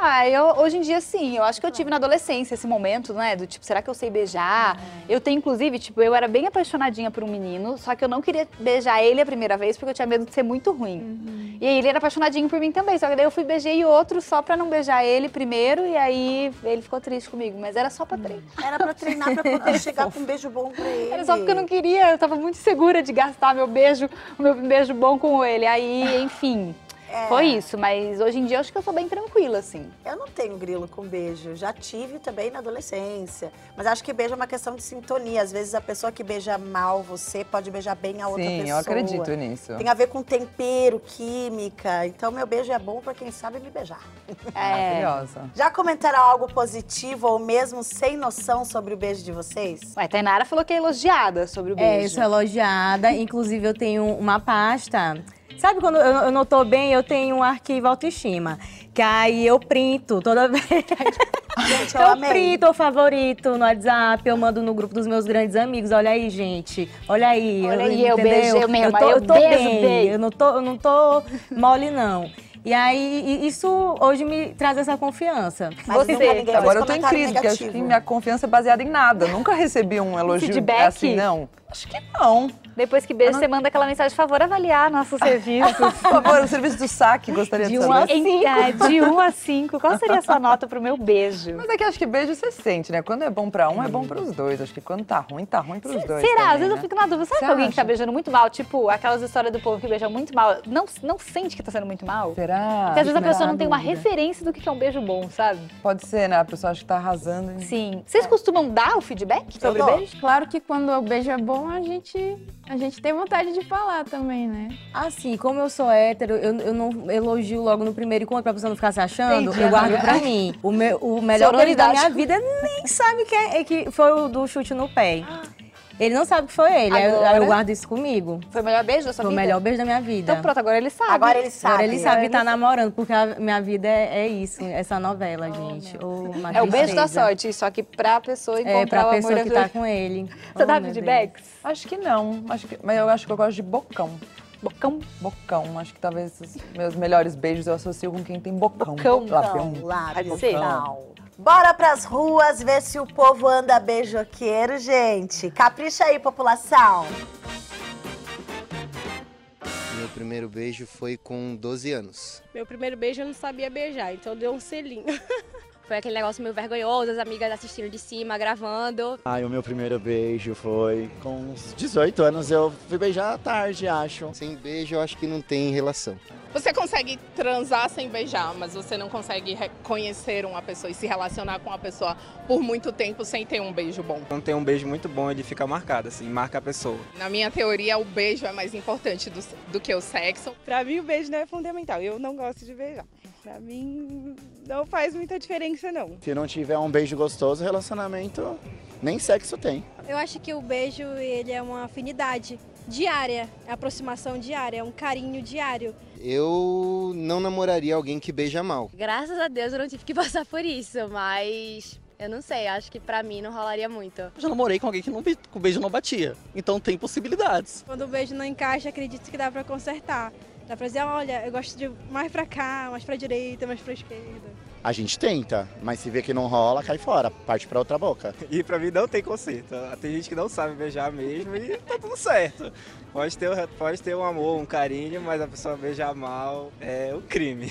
S2: Ah, eu, hoje em dia sim. Eu acho que eu tive na adolescência esse momento, né? Do tipo, será que eu sei beijar? Eu tenho, inclusive, tipo, eu era bem apaixonadinha por um menino, só que eu não queria beijar ele a primeira vez porque eu tinha medo de ser muito ruim. E aí ele era apaixonadinho por mim também, só que daí eu fui beijei outro só pra não beijar ele primeiro e aí ele ficou triste comigo, mas era só pra treinar.
S1: Era pra treinar pra poder chegar com um beijo bom pra ele.
S2: Era só porque eu não queria, eu tava muito segura de gastar meu beijo, o meu beijo bom com ele. Aí, enfim,
S1: É.
S2: foi isso. Mas hoje em dia eu acho que eu sou bem tranquila, assim.
S1: Eu não tenho grilo com beijo. Já tive também na adolescência. Mas acho que beijo é uma questão de sintonia. Às vezes a pessoa que beija mal você pode beijar bem a outra
S4: Sim,
S1: pessoa.
S4: eu acredito nisso.
S1: Tem a ver com tempero, química. Então meu beijo é bom pra quem sabe me beijar.
S2: É.
S4: Maravilhosa.
S1: Já comentaram algo positivo ou mesmo sem noção sobre o beijo de vocês?
S2: Ué, Tainara falou que é elogiada sobre o
S3: É,
S2: beijo.
S3: eu sou elogiada. Inclusive, eu tenho uma pasta. Sabe quando eu, eu não tô bem, eu tenho um arquivo autoestima. Que aí eu printo toda vez.
S1: Gente, eu,
S3: Eu,
S1: amei.
S3: printo o favorito no WhatsApp, eu mando no grupo dos meus grandes amigos. Olha aí, gente. Olha aí.
S2: Olha aí, eu
S3: entendeu?
S2: beijei mesmo,
S3: Eu tô,
S2: aí eu
S3: tô
S2: beijo,
S3: bem.
S2: beijo.
S3: Eu não tô, eu não tô mole, não. E aí, e isso hoje me traz essa confiança.
S1: Mas nunca
S2: Você.
S1: ninguém fez
S4: Agora eu tô em
S1: comentário
S4: crise, porque acho que
S1: negativo.
S4: minha confiança é baseada em nada. Eu nunca recebi um elogio
S2: feedback?
S4: assim, não. Acho que um- não.
S2: Depois que beijo, você manda aquela mensagem, favor, avaliar nossos serviços.
S4: Por favor, o serviço do saque, gostaria
S3: De
S4: de
S3: um
S4: saber.
S3: a
S2: Em- é, de 1 um a 5, qual seria a sua nota pro meu beijo?
S4: Mas é que acho que beijo você sente, né? Quando é bom pra um, é bom pros dois. Acho que quando tá ruim, tá ruim pros
S2: Será?
S4: dois. também,
S2: Às vezes
S4: né?
S2: eu fico na dúvida. Será
S4: Você
S2: que alguém que tá
S4: acha?
S2: beijando muito mal, tipo aquelas histórias do povo que beija muito mal, não, não sente que tá sendo muito mal?
S4: Será?
S2: Porque às vezes a
S4: Será?
S2: pessoa não tem uma
S3: dúvida.
S2: referência do que é um beijo bom, sabe?
S4: Pode ser, né? A pessoa acha que tá arrasando. e-
S2: Sim. Vocês costumam dar o feedback sobre o
S1: dou.
S2: beijo?
S5: Claro que quando o beijo é bom, a gente, a gente tem vontade de falar também, né?
S3: Assim, como eu sou hétero, eu, eu não elogio logo no primeiro encontro pra pessoa não ficar se achando,
S4: Entendi,
S3: eu guardo
S4: amiga.
S3: pra mim. O, meu, o melhor beijo da
S2: Sororidade.
S3: minha vida nem sabe que, é, é que foi o do chute no pé. Ele não sabe que foi ele. Aí eu- aí eu,
S2: Agora?
S3: guardo isso comigo.
S2: Foi o melhor beijo da sua
S3: Foi o
S2: vida?
S3: melhor é. beijo da minha vida.
S2: Então pronto, agora ele sabe.
S1: Agora ele sabe. né?
S3: Agora ele sabe estar namorando, porque a minha vida é, é isso, essa novela, gente. Ô, uma
S2: Oh, É o beijo da
S3: tristeza.
S2: sorte, só que pra pessoa encontrar
S3: É, pra
S2: o amor
S3: pessoa
S2: da
S3: que
S2: vida.
S3: tá com ele.
S2: Você
S3: Oh,
S2: dá
S3: meu
S2: feedbacks?
S4: Acho que não. Acho que, mas eu acho que eu gosto de bocão.
S2: Bocão.
S4: Bocão. Acho que talvez os meus melhores beijos eu associo com quem tem bocão.
S2: Bocão. então.
S4: Labião.
S1: Lábio,
S2: Pode ser?
S1: não. Bora pras ruas ver se o povo anda beijoqueiro, gente. Capricha aí, população.
S6: Meu primeiro beijo foi com 12 anos.
S7: Meu primeiro beijo eu não sabia beijar, então eu dei um selinho. Foi aquele negócio meio vergonhoso, as amigas assistindo de cima, gravando.
S8: Ai, o meu primeiro beijo foi com uns 18 anos. Eu fui beijar tarde, acho.
S6: Sem beijo, eu acho que não tem relação.
S9: Você consegue transar sem beijar, mas você não consegue reconhecer uma pessoa e se relacionar com uma pessoa por muito tempo sem ter um beijo bom.
S10: Quando tem um beijo muito bom, ele fica marcado, assim, marca a pessoa.
S9: Na minha teoria, o beijo é mais importante do, do que o sexo.
S7: Pra mim o beijo não é fundamental, eu não gosto de beijar. Pra mim não faz muita diferença não.
S8: Se não tiver um beijo gostoso, relacionamento nem sexo tem.
S7: Eu acho que o beijo ele é uma afinidade diária, é aproximação diária, é um carinho diário.
S6: Eu não namoraria alguém que beija mal.
S7: Graças a Deus eu não tive que passar por isso, mas eu não sei, acho que pra mim não rolaria muito.
S10: Eu já namorei com alguém que, não, be- que o beijo não batia. Então tem possibilidades.
S7: Quando o beijo não encaixa, acredito que dá pra consertar. Dá pra dizer, olha, eu gosto de mais pra cá, mais pra direita, mais pra esquerda.
S8: A gente tenta, mas se vê que não rola, cai fora, parte pra outra boca.
S10: E pra mim não tem conceito. Tem gente que não sabe beijar mesmo e tá tudo certo. Pode ter, pode ter um amor, um carinho, mas a pessoa beijar mal é um crime.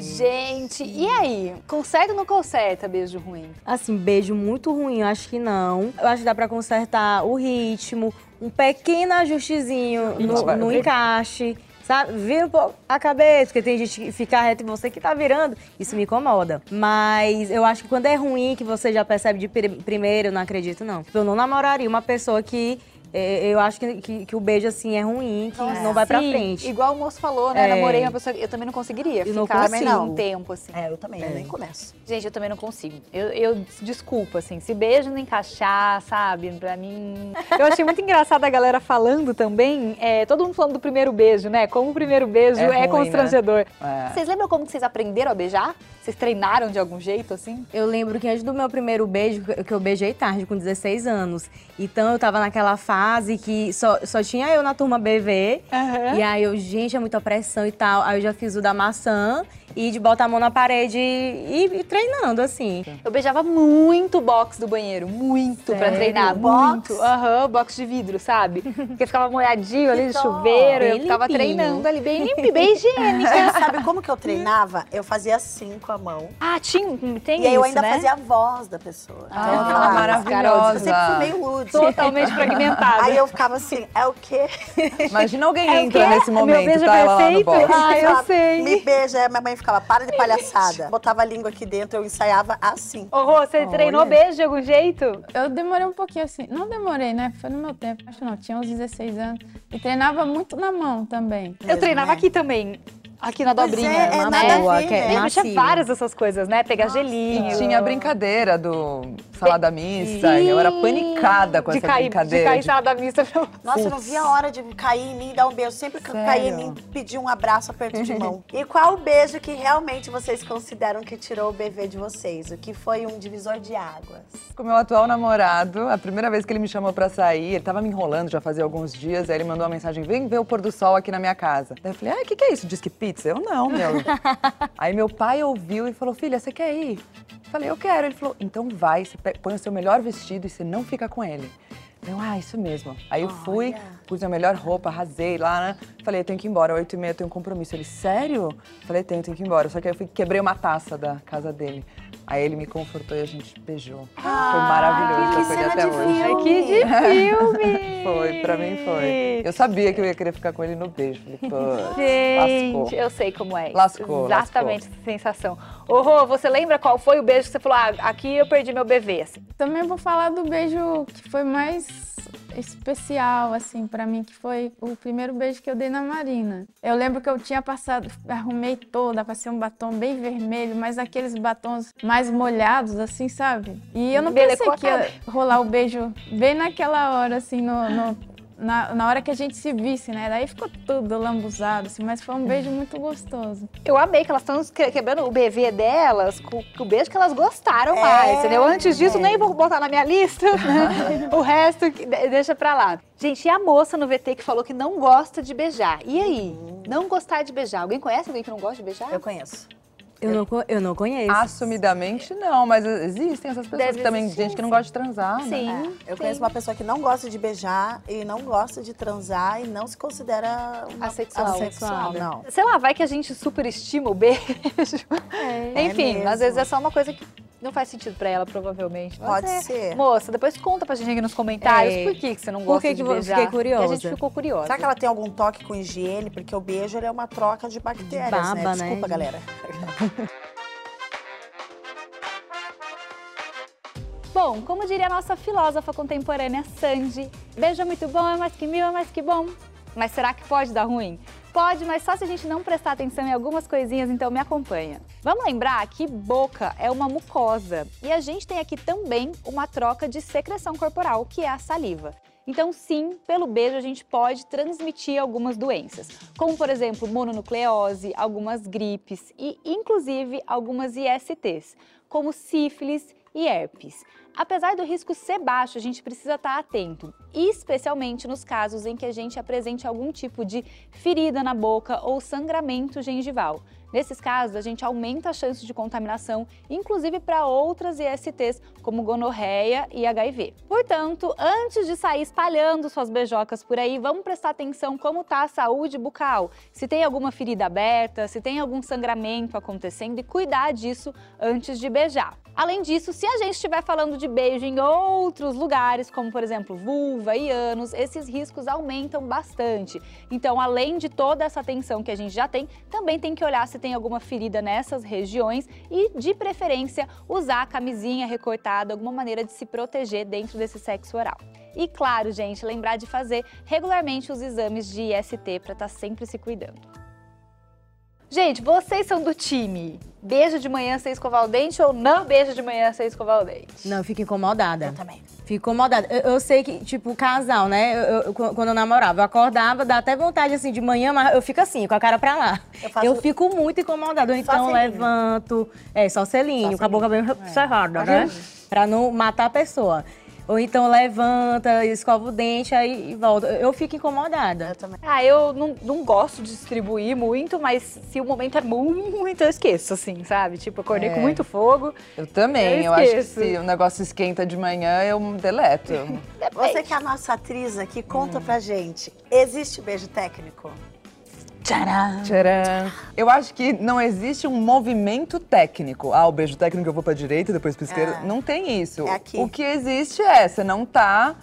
S2: Gente, e aí? Conserta ou não conserta beijo ruim?
S3: Assim, beijo muito ruim, eu acho que não. Eu acho que dá pra consertar o ritmo, um pequeno ajustezinho no,
S4: Agora,
S3: no
S4: vem-
S3: encaixe. Sabe? Vira um pouco a cabeça, porque tem gente que fica reta e você que tá virando. Isso me incomoda. Mas eu acho que quando é ruim, que você já percebe de pri- primeiro, eu não acredito, não. Eu não namoraria uma pessoa que eh, eu acho que, que- que o beijo assim é ruim, que não vai pra
S2: Sim,
S3: frente.
S2: Igual o moço falou, né? Eu
S3: É.
S2: namorei uma pessoa. Eu também não conseguiria
S3: Eu não
S2: ficar
S3: consigo.
S2: um tempo assim.
S1: É, eu também, eu nem começo.
S2: Gente, eu também não consigo. Eu, eu- desculpa, assim, se beijo não encaixar, sabe? Pra mim. Eu achei muito engraçado a galera falando também. é, todo mundo falando do primeiro beijo, né? Como o primeiro beijo
S4: É
S2: é,
S4: ruim, né?
S2: constrangedor.
S4: É.
S2: Vocês lembram como que vocês aprenderam a beijar? Vocês treinaram de algum jeito, assim?
S3: Eu lembro que antes do meu primeiro beijo, que eu- que eu beijei tarde, com 16 anos. Então eu tava naquela fase que só, só tinha eu na turma BV. E aí eu, gente, é muita pressão e tal. Aí eu já fiz o da maçã e de botar a mão na parede e, e treinando, assim.
S2: Eu beijava muito box do banheiro, muito pra
S3: Sério?
S2: treinar,
S1: Box?
S2: muito. Aham, box de vidro, sabe? Porque ficava molhadinho ali
S1: Que
S2: no
S1: dó.
S2: chuveiro, eu
S3: Bem
S2: ficava
S3: limpinho.
S2: treinando ali bem limpinho, bem higiênico.
S1: Sabe como que eu treinava? Eu fazia assim com a mão.
S2: Ah, tinha, tem
S1: E aí eu
S2: isso,
S1: ainda
S2: né?
S1: fazia a voz da pessoa. Então
S2: Ah,
S1: eu falava,
S4: maravilhosa.
S1: Eu sempre fui meio lúdica.
S2: Totalmente fragmentada.
S1: Aí eu ficava assim, é o quê?
S4: Imagina alguém
S2: É o
S4: entra
S2: quê?
S4: nesse
S2: Meu
S4: momento,
S2: beijo
S4: tá? Ela lá no
S2: perfeito?
S4: box.
S2: Ah, eu
S1: Falava,
S2: sei.
S1: Me beija. Aí minha mãe ficava, para de palhaçada. Botava a língua aqui dentro, eu ensaiava assim.
S2: Ô, Rô, você treinou beijo de algum jeito?
S5: Eu demorei um pouquinho assim. Não demorei, né? Foi no meu tempo. Acho não, tinha uns 16 anos. E treinava muito na mão também.
S2: eu treinava
S1: né?
S2: aqui também. Aqui na
S1: Pois
S2: dobrinha.
S1: é, é
S3: uma
S1: nada
S3: boa,
S1: a ver,
S3: que é
S1: né?
S2: Lembra, tinha
S3: macio.
S2: várias dessas coisas, né? Pegar gelinho.
S4: E tinha a brincadeira do salada mista. Eu era panicada com
S2: de
S4: essa
S2: cair,
S4: brincadeira.
S2: De cair em sala da mista. pra-
S1: Nossa, eu não via a hora de cair em mim e dar um beijo. Sempre que eu caí em mim, pedi um abraço, aperto de mão. e qual o beijo que realmente vocês consideram que tirou o bebê de vocês? O que foi um divisor de águas?
S4: Com meu atual namorado, a primeira vez que ele me chamou pra sair, ele tava me enrolando já fazia alguns dias, aí ele mandou uma mensagem: vem ver o pôr do sol aqui na minha casa. Daí eu falei: ah, o que, que é isso? Diz que pizza? Eu não, meu. aí meu pai ouviu e falou: filha, você quer ir? Eu Falei: eu quero. Ele falou: então vai, você pe- põe o seu melhor vestido e você não fica com ele. Eu, ah, isso mesmo. Aí eu fui, pus a melhor roupa, arrasei lá, né? Falei, eu tenho que ir embora, oito e meia eu tenho um compromisso. Ele, sério? Falei, tenho, tenho que ir embora. Só que aí eu fui, quebrei uma taça da casa dele. Aí ele me confortou e a gente beijou. Foi maravilhoso,
S1: que
S4: eu peguei
S1: cena
S4: até
S1: de
S4: hoje.
S1: filme.
S2: Que Ah, de filme!
S4: Foi, pra mim foi. Eu sabia que eu ia querer ficar com ele no beijo. Falei, pô,
S2: Gente,
S4: Lascou.
S2: eu sei como é.
S4: Lascou,
S2: Exatamente essa sensação. Ô, Rô, você lembra qual foi o beijo que você falou, ah, aqui eu perdi meu bebê, assim.
S5: Também vou falar do beijo que foi mais especial, assim, pra mim, que foi o primeiro beijo que eu dei na Marina. Eu lembro que eu tinha passado, arrumei toda, passei um batom bem vermelho, mas aqueles batons mais molhados, assim, sabe? E eu não
S2: Embelecou
S5: pensei que ia rolar o beijo bem naquela hora, assim, no, no- na, na hora que a gente se visse, né? Daí ficou tudo lambuzado, assim, mas foi um beijo muito gostoso.
S2: Eu amei que elas estão que- quebrando o BV delas com com o beijo que elas gostaram
S1: É.
S2: mais, entendeu? Antes disso, nem vou botar na minha lista. né? o resto que de- deixa pra lá. Gente, e a moça no VT que falou que não gosta de beijar? E aí? Não gostar de beijar. Alguém conhece alguém que não gosta de beijar? Eu
S1: conheço.
S3: Eu não, co- eu não conheço.
S4: Assumidamente não, mas existem essas pessoas
S1: Deve
S4: que também,
S1: existir,
S4: gente que não gosta de transar. né?
S1: É, eu conheço uma pessoa que não gosta de beijar e não gosta de transar e não se considera uma
S2: Asexual.
S1: assexual, né? não.
S2: Sei lá, vai que a gente super estima o beijo.
S1: É
S2: Enfim,
S1: mesmo.
S2: às vezes é só uma coisa que não faz sentido pra ela, provavelmente. Mas
S1: Pode
S2: é-
S1: ser.
S2: Moça, depois conta pra gente aqui nos comentários
S1: É.
S2: por que, que você não
S1: Por
S2: gosta
S1: que que
S2: de
S1: vo-
S2: beijar.
S1: fiquei
S2: Porque A gente
S1: curiosa.
S2: ficou curiosa.
S1: Será que ela tem algum toque com higiene? Porque o beijo ele é uma troca de bactérias, né?
S2: baba, né, gente?
S1: Desculpa, galera.
S2: Bom, como diria a nossa filósofa contemporânea Sandy, beijo é muito bom, é mais que mil, é mais que bom. Mas será que pode dar ruim? Pode, mas só se a gente não prestar atenção em algumas coisinhas, então me acompanha. Vamos lembrar que boca é uma mucosa e a gente tem aqui também uma troca de secreção corporal, que é a saliva. Então, sim, pelo beijo a gente pode transmitir algumas doenças, como por exemplo mononucleose, algumas gripes e inclusive algumas ISTs, como sífilis e herpes. Apesar do risco ser baixo, a gente precisa estar atento, especialmente nos casos em que a gente apresente algum tipo de ferida na boca ou sangramento gengival. Nesses casos, a gente aumenta a chance de contaminação, inclusive para outras ISTs, como gonorreia e HIV. Portanto, antes de sair espalhando suas beijocas por aí, vamos prestar atenção como está a saúde bucal, se tem alguma ferida aberta, se tem algum sangramento acontecendo e cuidar disso antes de beijar. Além disso, se a gente estiver falando de beijo em outros lugares, como por exemplo vulva e ânus, esses riscos aumentam bastante. Então, além de toda essa atenção que a gente já tem, também tem que olhar se tem alguma ferida nessas regiões e, de preferência, usar a camisinha recortada, alguma maneira de se proteger dentro desse sexo oral. E claro, gente, lembrar de fazer regularmente os exames de IST para estar tá sempre se cuidando. Gente, vocês são do time. Beijo de manhã sem escovar o dente ou não beijo de manhã sem escovar o dente?
S3: Não, eu fico incomodada. Eu também. Fico incomodada. Eu, eu sei que, tipo, casal, né? Eu- eu- eu- quando eu namorava, eu acordava, dá até vontade, assim, de manhã, mas eu fico assim, com a cara pra lá. Eu, fico muito incomodada. Eu, Então,
S2: selinho.
S3: levanto... É, só selinho, com a boca bem cerrada, né? Pra não matar a pessoa. Ou então levanta, escova o dente, aí volta. Eu eu fico incomodada. Eu
S1: também.
S2: Ah, eu não, não gosto de distribuir muito, mas se o momento é muito, eu esqueço, assim, sabe? Tipo, acordei
S4: É.
S2: com muito fogo.
S4: Eu também, eu, acho que
S2: esqueço.
S4: se o negócio esquenta de manhã, eu deleto.
S1: Você que é a nossa atriz aqui, conta
S3: Hum.
S1: pra gente. Existe beijo técnico?
S4: Tcharam. Eu acho que não existe um movimento técnico. Ah, o beijo técnico eu vou pra direita, depois pra esquerda.
S2: É.
S4: Não tem isso. O que existe é, você não tá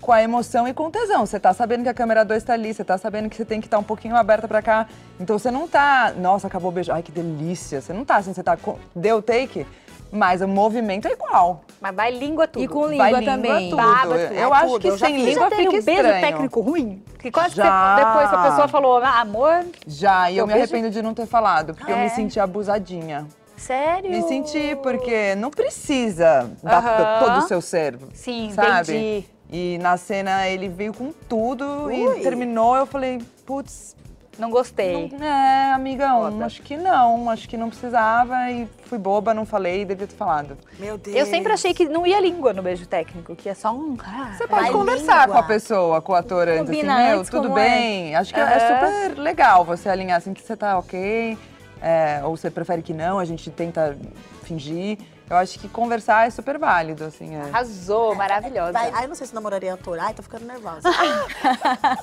S4: com a emoção e com o tesão. Você tá sabendo que a câmera 2 tá ali, você tá sabendo que você tem que estar um pouquinho aberta pra cá. Então você não tá, nossa, acabou o beijo, ai que delícia. Você não tá assim, você tá com, deu take, mas o movimento é igual.
S2: Mas vai língua tudo.
S3: E com
S4: Vai
S3: língua
S4: língua
S3: também.
S4: tudo. Baba tudo. Eu acho que
S2: É eu já
S4: sem
S2: fiz.
S4: língua
S2: já teve
S4: fica
S2: um beijo
S4: estranho.
S2: técnico ruim? Que quase que
S4: Já.
S2: você- depois a pessoa falou, "Ah, amor...
S4: Já, e eu
S2: teu
S4: me
S2: beijo-
S4: arrependo de não ter falado, porque eu
S2: É.
S4: me senti abusadinha.
S2: Sério?
S4: Me senti, porque não precisa dar
S2: Aham.
S4: to- todo o seu ser.
S2: Sim,
S4: sabe?
S2: entendi.
S4: E na cena ele veio com tudo
S2: Ui.
S4: e terminou, eu falei, putz.
S2: Não gostei.
S4: é, amigão, acho que não, acho que não precisava e fui boba, não falei, devia ter falado.
S1: Meu Deus.
S2: Eu sempre achei que não ia língua no beijo técnico, que é só um... Você
S4: Pode conversar com a pessoa, com o ator antes, assim,
S2: Combina
S4: meu,
S2: antes
S4: tudo
S2: como
S4: bem.
S2: é.
S4: Acho que é- é
S2: Aham.
S4: super legal você alinhar assim que você tá ok, é, ou você prefere que não, a gente tenta fingir. Eu acho que conversar é super válido, assim. É.
S2: Arrasou, maravilhosa.
S1: Vai, ai, não sei se namoraria ator. Ai, tô ficando nervosa.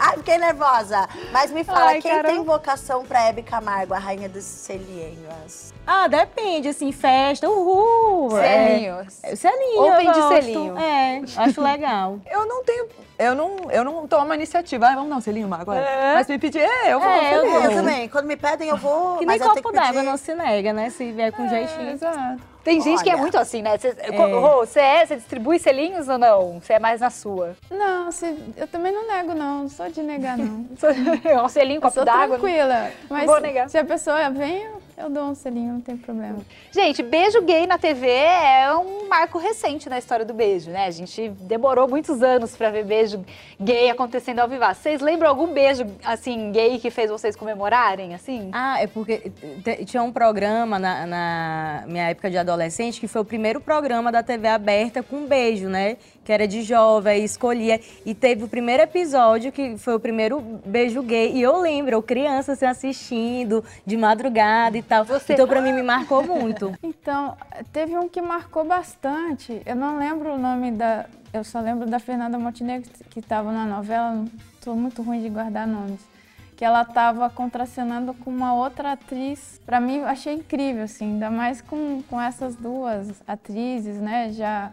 S1: ai, fiquei nervosa. Mas me fala,
S2: Ai,
S1: quem
S2: Carol.
S1: tem vocação pra Hebe Camargo, a rainha dos selienhos?
S3: Ah, depende, assim, festa, uhul.
S4: Selinhos.
S3: É, selinho.
S4: Open
S3: eu
S4: de
S3: gosto.
S4: selinho.
S3: É, acho legal.
S4: Eu não tenho. Eu não, eu não tomo a iniciativa. Ah, vamos dar um selinho Má, agora?
S3: É.
S4: Mas me pedir, é, eu vou.
S3: É, eu
S4: selinho.
S3: vou. Eu também.
S1: Quando me pedem, eu vou.
S3: Que nem
S1: mas eu tenho
S3: copo
S1: que pedir.
S3: d'água não se nega, né? Se vier com jeitinho.
S4: Exato.
S2: Tem gente que é
S3: Olha.
S2: muito assim, né? Você
S3: É.
S2: é, você distribui selinhos ou não? Você é mais na sua?
S5: Não, se- eu também não nego, não. Não sou de negar, não.
S2: Sou- um selinho,
S5: Eu
S2: copo
S5: sou
S2: d'água, não-
S5: tranquila.
S2: não
S5: Mas
S2: vou negar.
S5: se a pessoa vem, eu- eu dou um selinho, não tem problema.
S2: Gente, beijo gay na TV é um marco recente na história do beijo, né? A gente demorou muitos anos pra ver beijo gay acontecendo ao vivo. Vocês lembram algum beijo, assim, gay que fez vocês comemorarem, assim?
S3: Ah, é porque te- tinha um programa na, na minha época de adolescente que foi o primeiro programa da TV aberta com beijo, né? Que era de jovem, escolhia. E teve o primeiro episódio que foi o primeiro beijo gay. E eu lembro, eu criança assim, assistindo, de madrugada e tal. Então pra mim me marcou muito.
S5: Então, teve um que marcou bastante. Eu não lembro o nome da. Eu só lembro da Fernanda Montenegro, que estava na novela. Não- Sou muito ruim de guardar nomes. Que ela estava contracenando com uma outra atriz. Pra mim, eu achei incrível, assim. Ainda mais com, com essas duas atrizes, né? Já.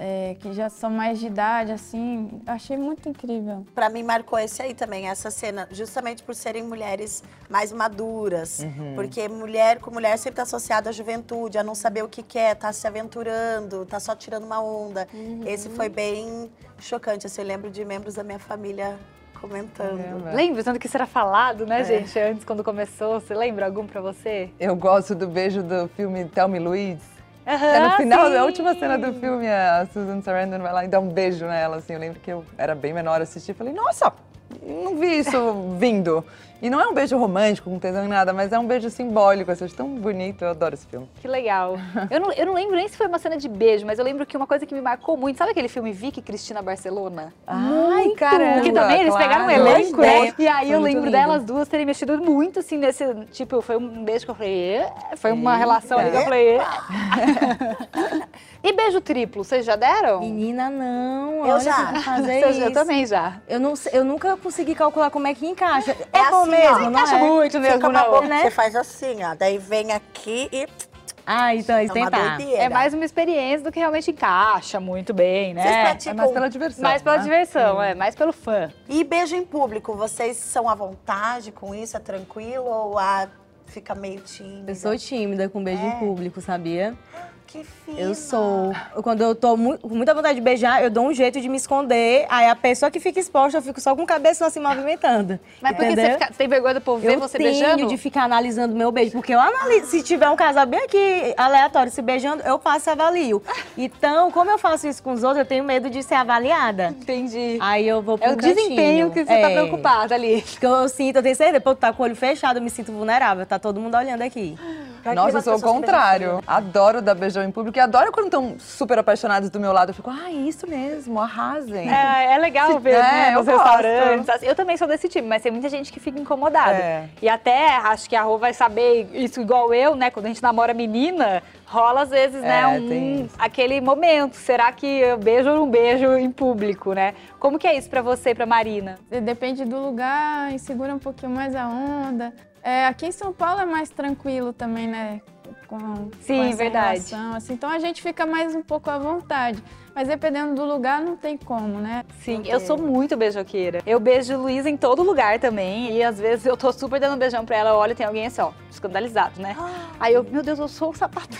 S5: é, que já são mais de idade, assim. Achei muito incrível.
S1: Pra mim marcou esse aí também, essa cena, justamente por serem mulheres mais maduras.
S5: Uhum.
S1: Porque mulher com mulher sempre tá associada à juventude, a não saber o que quer, tá se aventurando, tá só tirando uma onda. Esse foi bem chocante, assim, eu lembro de membros da minha família comentando.
S2: Lembra tanto que isso era falado, né,
S1: É.
S2: gente? Antes, quando começou, você lembra algum pra você?
S4: Eu gosto do beijo do filme Tell Me Louise.
S2: Aham,
S4: é
S3: Ah,
S4: no final,
S2: sim.
S4: da última cena do filme, a Susan Sarandon vai lá e dá um beijo nela, assim. Eu lembro que eu era bem menor, assisti e falei, nossa, não vi isso vindo. E não é um beijo romântico, com tesão em nada, mas é um beijo simbólico, assim, acho tão bonito, eu adoro esse filme.
S2: Que legal. Eu não, eu não lembro nem se foi uma cena de beijo, mas eu lembro que uma coisa que me marcou muito, sabe aquele filme Vicky e Cristina Barcelona?
S4: Ai, caramba,
S2: Que também eles
S4: claro.
S2: pegaram um elenco, né?
S4: Foi
S2: E aí eu
S4: muito
S2: lembro
S4: lindo.
S2: delas duas terem mexido muito, assim, nesse... Tipo, foi um beijo que eu falei... "Ê", Foi uma
S3: Eita.
S2: relação ali que eu falei... "Ê". e beijo triplo, vocês já deram?
S3: Menina, não.
S2: Eu
S3: olha,
S2: já.
S3: tem que Fazer
S2: Eu
S3: é isso.
S2: já- eu também já.
S3: Eu, não, sei- eu nunca consegui calcular como é que encaixa. É,
S1: assim,
S3: bom
S1: ó.
S3: mesmo, não é?
S1: Fica uma boca,
S3: né?
S1: Você faz assim, ó, daí vem aqui e...
S3: Ah, então,
S1: isso É uma tentar. doideira.
S2: É mais uma experiência do que realmente encaixa muito bem, né?
S1: Vocês praticam-
S2: É
S1: mais pela diversão,
S2: Mais pela
S1: né?
S2: diversão,
S1: Hum.
S2: é. Mais pelo fã.
S1: E beijo em público, vocês são à vontade com isso? É tranquilo ou ah, fica meio tímido?
S3: Eu sou tímida com beijo em público, sabia?
S1: Que fina.
S3: Eu sou. Eu- Quando eu tô mu- com muita vontade de beijar, eu dou um jeito de me esconder. Aí a pessoa que fica exposta, eu fico só com o cabeção se movimentando.
S2: Mas por que você
S3: entendeu?
S2: fica- você tem vergonha do povo ver
S3: eu
S2: você
S3: tenho
S2: beijando?
S3: de ficar analisando meu beijo, porque eu analiso, se tiver um casal bem aqui, aleatório, se beijando, eu passo e avalio. Então, como eu faço isso com os outros, eu tenho medo de ser avaliada.
S2: Entendi.
S3: Aí eu vou pro É.
S2: É o desempenho que você tá preocupada ali.
S3: Porque eu sinto, eu tenho certeza, pô, tá com o olho fechado, eu me sinto vulnerável, tá todo mundo olhando aqui.
S4: Nossa, eu
S2: tá
S4: sou o contrário. Adoro dar beijão em público e adoro quando estão super apaixonados do meu lado. Eu fico, ah, isso mesmo, arrasem.
S2: É, é legal ver,
S4: É,
S2: né?
S4: eu
S2: Nos
S4: gosto.
S2: restaurantes. assim. Eu também sou desse time, mas tem muita gente que fica incomodada.
S4: É.
S2: E até acho que a Rô vai saber isso igual eu, né? Quando a gente namora menina, rola às vezes, né?
S4: É,
S2: um-
S4: tem
S2: aquele momento. Será que eu beijo ou não beijo em público, né? Como que é isso pra você e pra Marina?
S5: Depende do lugar e segura um pouquinho mais a onda. É, aqui em São Paulo é mais tranquilo também, né? Com,
S2: Sim,
S5: com essa
S2: verdade.
S5: relação, assim. Então a gente fica mais um pouco à vontade. Mas dependendo do lugar, não tem como, né?
S2: Sim, eu sou muito beijoqueira. Eu beijo Luísa em todo lugar também. E às vezes eu tô super dando um beijão pra ela, olha, tem alguém assim, ó, escandalizado, né? Aí eu, meu Deus, eu sou um sapatão.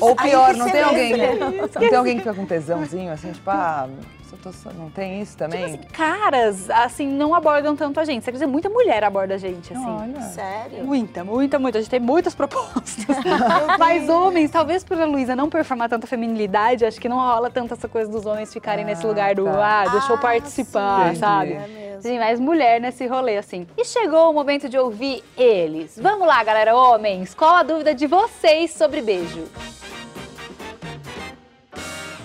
S4: Ou pior,
S2: Aí
S4: não
S2: você
S4: tem alguém. né?
S2: lembra.
S4: Não tem alguém que fica com tesãozinho, assim, tipo, ah, eu tô só- não tem isso também?
S2: Tipo Caras, assim, não abordam tanto a gente. Você quer dizer, muita mulher aborda a gente, assim.
S4: Olha.
S1: Sério?
S2: Muita, muita, muita. A gente tem muitas propostas. Mas homens, talvez por a Luísa não performar tanta feminilidade, acho que não rola tanto essa coisa dos homens ficarem nesse lugar do, ah, deixa eu participar,
S4: sim.
S2: sabe?
S1: É
S4: Entendi.
S2: Sim, mas mulher nesse rolê, assim. E chegou o momento de ouvir eles. Vamos lá, galera, homens. Qual a dúvida de vocês sobre beijo?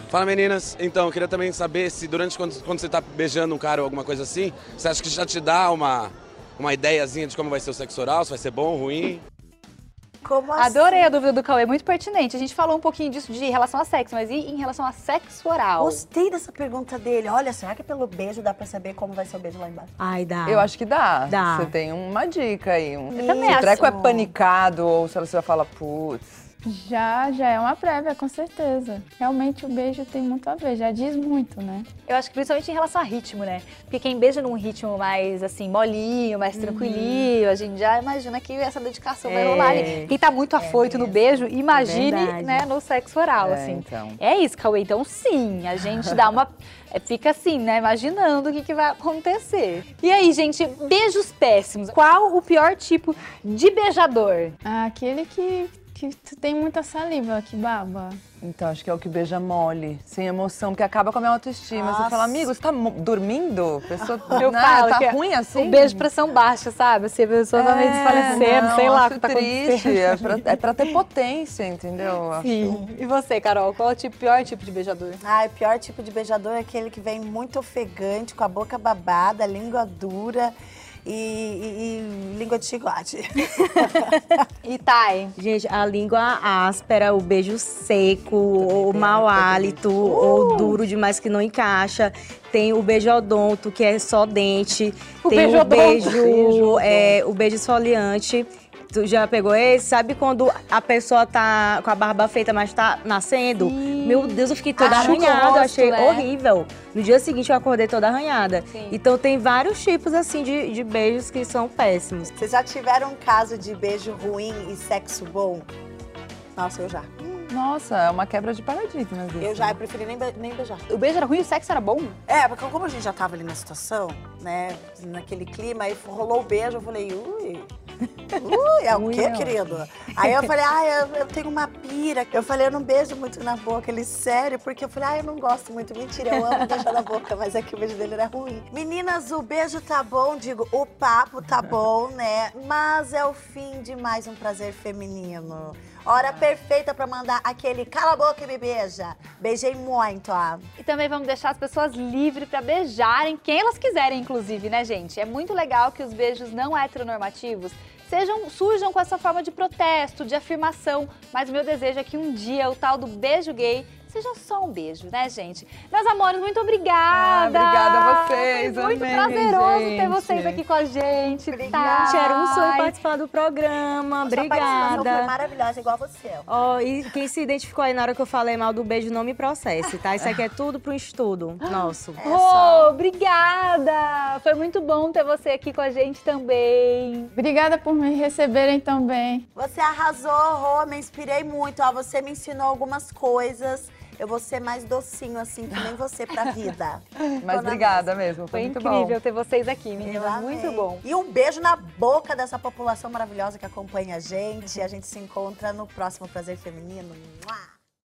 S11: Fala meninas, então eu queria também saber se durante quando, quando você tá beijando um cara ou alguma coisa assim, você acha que já te dá uma, uma ideiazinha de como vai ser o sexo oral, se vai ser bom, ruim?
S1: Como assim?
S2: Adorei a dúvida do Cauê, muito pertinente. A gente falou um pouquinho disso de relação a sexo, mas e em relação a sexo oral?
S1: Gostei dessa pergunta dele. Olha, será que pelo beijo dá pra saber como vai ser o beijo lá embaixo?
S3: Ai, dá.
S4: Eu acho que dá.
S3: Dá.
S4: Você tem uma dica aí. Um...
S1: Eu também
S4: se o treco é
S1: acho.
S4: panicado ou se você fala, putz.
S5: Já, já é uma prévia, com certeza. Realmente o beijo tem muito a ver, já diz muito, né?
S2: Eu acho que principalmente em relação a ritmo, né? Porque quem beija num ritmo mais, assim, molinho, mais tranquilinho, a gente já imagina que essa dedicação vai
S3: Uhum. É.
S2: rolar ali. Quem tá muito afoito no beijo, imagine,
S3: Verdade.
S2: né, no sexo oral,
S3: É,
S2: assim.
S3: então.
S2: É isso, Cauê. Então, sim, a gente dá uma... é, Fica assim, né, imaginando o que, que vai acontecer. E aí, gente, beijos péssimos. Qual o pior tipo de beijador?
S5: Ah, aquele que, que tu tem muita saliva, que baba.
S4: Então, acho que é o que beija mole, sem emoção, porque acaba com a minha autoestima. Você
S5: Nossa.
S4: fala, amigo, você tá mo- dormindo? A pessoa
S2: Eu
S4: né,
S2: falo
S4: tá
S2: que é
S4: ruim assim?
S2: Um beijo pressão baixa, sabe? Assim, a
S3: É,
S2: pessoa tá meio desfalecendo,
S4: É, não,
S2: sei lá o
S4: acho
S2: que tá
S4: triste.
S2: acontecendo.
S4: É pra, é pra ter potência, entendeu? Acho-
S2: Sim. E você, Carol, qual é o tipo- pior tipo de beijador?
S1: Ah, o pior tipo de beijador é aquele que vem muito ofegante, com a boca babada, a língua dura e, e- e língua de chicote.
S2: E tá, Thay?
S3: Gente, a língua áspera, o beijo seco, o mau hálito,
S2: Uh!
S3: ou duro demais que não encaixa. Tem o beijo odonto, que é só dente.
S2: O
S3: Tem
S2: beijo
S3: o
S2: odonto.
S3: beijo, é, o beijo esfoliante. Tu já pegou esse? Sabe quando a pessoa tá com a barba feita, mas tá nascendo? Meu Deus, eu fiquei toda
S2: Ah, chuca o
S3: arranhada, eu
S2: rosto,
S3: achei
S2: né?
S3: horrível. No dia seguinte eu acordei toda arranhada.
S1: Sim.
S3: Então tem vários tipos assim de- de beijos que são péssimos.
S1: Vocês já tiveram um caso de beijo ruim e sexo bom? Nossa, eu já.
S4: Nossa, é uma quebra de paradigmas. isso.
S1: Eu já eu preferi nem, be- nem beijar.
S2: O beijo era ruim e o sexo era bom?
S1: É, porque como a gente já tava ali na situação, né, naquele clima, aí rolou o beijo, eu falei, ui... Ui, é o
S12: Ui,
S1: quê,
S12: não.
S1: querido? Aí eu falei, ah, eu, eu tenho uma pira. Eu falei, eu não beijo muito na boca, ele, sério, porque eu falei, ah, eu não gosto muito. Mentira, eu amo beijar na boca, mas é que o beijo dele era ruim. Meninas, o beijo tá bom, digo, o papo tá bom, né? Mas é o fim de mais um prazer feminino. Hora perfeita pra mandar aquele cala a boca e me beija. Beijei muito, ó.
S2: E também vamos deixar as pessoas livres pra beijarem quem elas quiserem, inclusive, né, gente? É muito legal que os beijos não heteronormativos sejam, surjam com essa forma de protesto, de afirmação, mas o meu desejo é que um dia o tal do beijo gay seja só um beijo, né, gente? Meus amores, muito Ah, obrigada!
S4: obrigada a vocês,
S2: Foi muito
S4: amei,
S2: prazeroso ter
S4: gente.
S2: vocês aqui com a gente. tá?
S3: Obrigada. Gente, era um sonho participar do programa.
S1: Sua participação foi
S3: Obrigada.
S1: maravilhosa, igual você.
S3: Ó, e quem se identificou aí na hora que eu falei mal do beijo, não me processe, tá? Isso aqui é tudo pro estudo nosso.
S1: É
S2: Oh, obrigada! Foi muito bom ter você aqui com a gente também.
S5: Obrigada por me receberem também.
S1: Você arrasou, Rô, me inspirei muito. Ó, você me ensinou algumas coisas. Eu vou ser mais docinho, assim, que nem você pra vida.
S4: Mas obrigada mesmo,
S2: Foi
S4: foi, muito
S2: incrível
S4: bom.
S2: ter vocês aqui, meninas.
S1: Amei.
S2: Muito bom.
S1: E um beijo na boca dessa população maravilhosa que acompanha a gente. A gente se encontra no próximo Prazer Feminino. Mua!